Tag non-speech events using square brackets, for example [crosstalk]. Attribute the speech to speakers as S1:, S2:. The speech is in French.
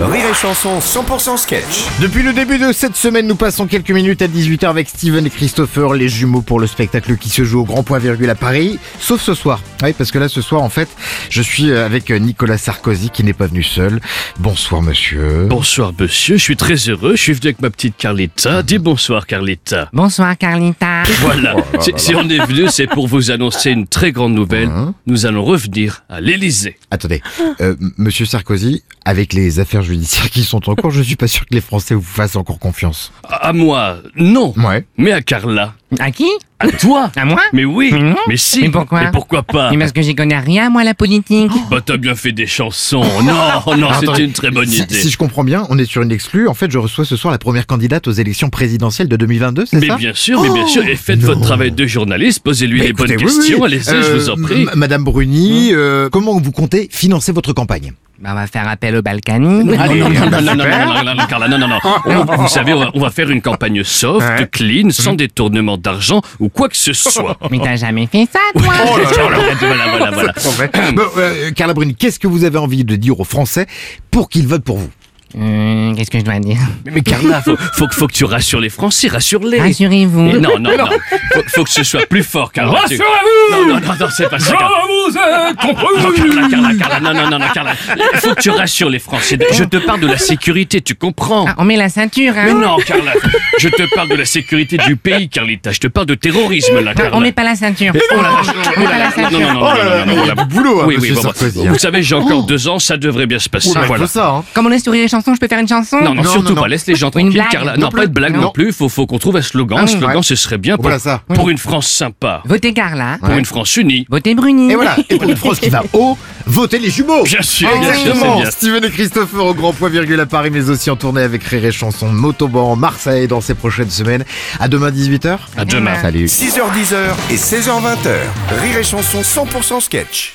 S1: Rire et Chanson 100% sketch.
S2: Depuis le début de cette semaine, nous passons quelques minutes à 18h avec Steven et Christopher, les jumeaux pour le spectacle qui se joue au Grand Point Virgule à Paris. Sauf ce soir. Oui, parce que là, ce soir, en fait, je suis euh, avec Nicolas Sarkozy qui n'est pas venu seul. Bonsoir, monsieur.
S3: Bonsoir monsieur, je suis très heureux, je suis venu avec ma petite
S2: Mhm.
S3: Carlita. Dis
S2: [laughs]
S3: bonsoir Carlita.
S4: Bonsoir Carlita.
S2: Oh
S3: Voilà, si, si on est venu, c'est pour vous annoncer une très grande nouvelle.
S2: Hein
S3: Nous allons revenir à l'Élysée.
S2: Attendez. Euh, m- monsieur Sarkozy, avec les affaires judiciaires qui sont en cours, je suis pas sûr que les Français vous fassent encore confiance.
S3: À, à moi, non.
S2: Ouais.
S3: Mais à Carla.
S4: À qui
S3: À toi.
S4: À moi
S3: Mais oui,
S4: Mais
S2: Mm.
S4: non.
S3: mais si.
S4: Mais pourquoi
S3: Mais pourquoi pas
S4: Mais parce que j'y connais rien, moi, à la politique.
S3: Bah t'as bien fait des chansons.
S2: [laughs]
S3: Non, non,
S2: Attendez,
S3: c'était une très bonne
S2: si,
S3: idée.
S2: Si je comprends bien, on est sur une exclue. En fait, je reçois ce soir la première candidate aux élections présidentielles de 2022, c'est
S3: Mais
S2: ça Oh.
S3: bien sûr, mais bien sûr, et faites
S2: non.
S3: votre travail de journaliste, posez-lui
S2: Mais
S3: les bonnes
S2: Bah, écoutez, oui,
S3: questions,
S2: oui.
S3: allez-y, je
S2: Euh,
S3: vous en prie. Hum.
S2: M- Madame Bruni, euh, comment vous comptez financer votre campagne
S4: Bah, on va faire appel au Balkany.
S3: Allez, non,
S4: euh,
S3: non, non, non, non, non, non, non, Carla, non, non, non. On- Vous savez, on va, on va faire une campagne soft,
S2: Ouais.
S3: clean, sans détournement d'argent ou quoi que ce soit.
S4: Mais t'as jamais fait ça, toi
S3: [laughs] Voilà, voilà, voilà.
S2: [coughs] Bon, euh, Carla Bruni, qu'est-ce que vous avez envie de dire aux Français pour qu'ils votent pour vous
S3: Oh.
S4: Euh, Qu'est-ce que je dois dire
S3: Mais, mais Carla, faut, faut, que- faut que tu rassures les Français, rassure-les.
S4: Ah, Rassurez-vous.
S3: Et non, non, non. Faut, faut que ce soit plus fort, Carla. tu- Non, non, non, non, c'est pas ça. Carla. Carla, Carla, Carla, non, non, non, non, Carla. Il faut que tu rassures les Français. Je te parle de la sécurité, tu comprends.
S4: Ah, on met la ceinture, hein
S3: Mais non, Carla. Je te parle de la sécurité du pays, Carlita. Je te parle de terrorisme, là, Carla.
S4: Ah, On met pas la ceinture. Ah,
S3: Oh la vache, oh
S4: pas
S3: là
S4: la
S3: là, non,
S4: ceinture.
S3: non, non,
S2: Oh
S3: non,
S2: là
S3: non,
S2: là,
S3: non,
S2: il y a
S3: non,
S2: du boulot, hein,
S3: Oui, oui,
S2: monsieur
S3: bon, bon.
S2: Sarkozy, hein.
S3: Vous savez, j'ai encore deux ans, ça devrait bien se passer.
S2: Oula,
S3: voilà.
S2: faut ça, hein.
S4: Comme on est sur les chansons, je peux faire une chanson
S3: Non, non,
S2: Non,
S3: surtout
S2: non,
S3: pas,
S2: non.
S3: laisse les gens
S4: Une
S3: tranquilles,
S4: blague,
S3: Carla.
S4: non
S3: Non, pas de blague
S2: Non.
S3: non plus, faut, faut qu'on trouve un slogan.
S4: Ah
S3: Un
S4: oui,
S3: slogan,
S2: ouais.
S3: ce serait bien pour,
S2: Voilà ça.
S3: pour une France sympa,
S4: Votez Carla.
S3: pour une France unie.
S4: Votez Bruni.
S2: Et voilà, et pour une France qui
S3: [laughs]
S2: va haut, votez les jumeaux
S3: Bien sûr, bien sûr, c'est
S2: Exactement.
S3: bien.
S2: Steven et Christopher au grand point virgule à Paris, mais aussi en tournée avec Rire et Chanson, Motoban, Marseille dans ces prochaines semaines. À demain 18h.
S3: À demain.
S2: Salut.
S1: 6h10h et 16h20h. Rire et Chanson 100% sketch.